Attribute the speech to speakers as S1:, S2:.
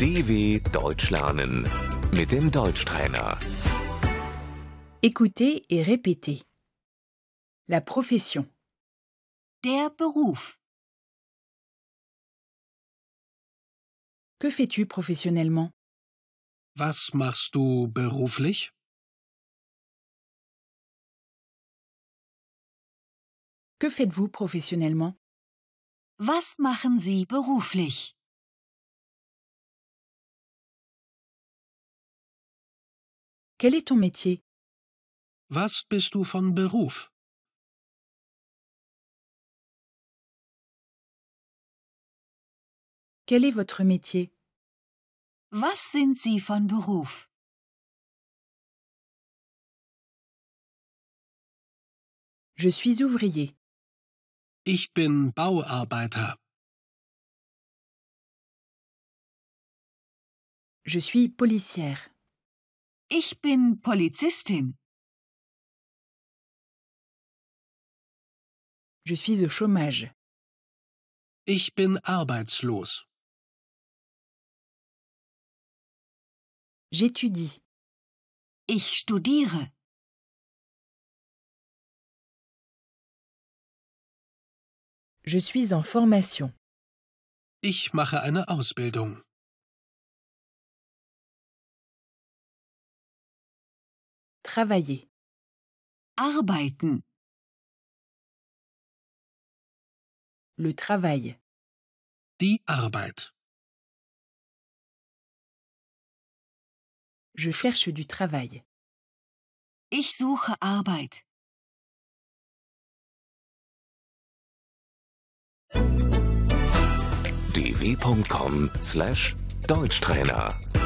S1: DW Deutsch lernen mit dem Deutschtrainer.
S2: Écoutez et répétez. La profession,
S3: Der Beruf.
S2: que fais-tu professionnellement
S4: Was machst du beruflich?
S2: Que faites-vous professionnellement
S3: Was machen Sie beruflich?
S2: Quel est ton métier
S4: Was bist du von Beruf?
S2: Quel est votre métier
S3: Was sind Sie von Beruf?
S2: Je suis ouvrier.
S4: Ich bin Bauarbeiter.
S2: Je suis policière.
S3: Ich bin Polizistin.
S2: Je suis au chômage.
S4: Ich bin arbeitslos.
S2: J'étudie.
S3: Ich studiere.
S2: Je suis en formation.
S4: Ich mache eine Ausbildung.
S2: Travailler.
S3: Arbeiten.
S2: Le travail.
S4: Die Arbeit.
S2: Je cherche du travail.
S3: Ich suche Arbeit.
S1: dw.com/deutschtrainer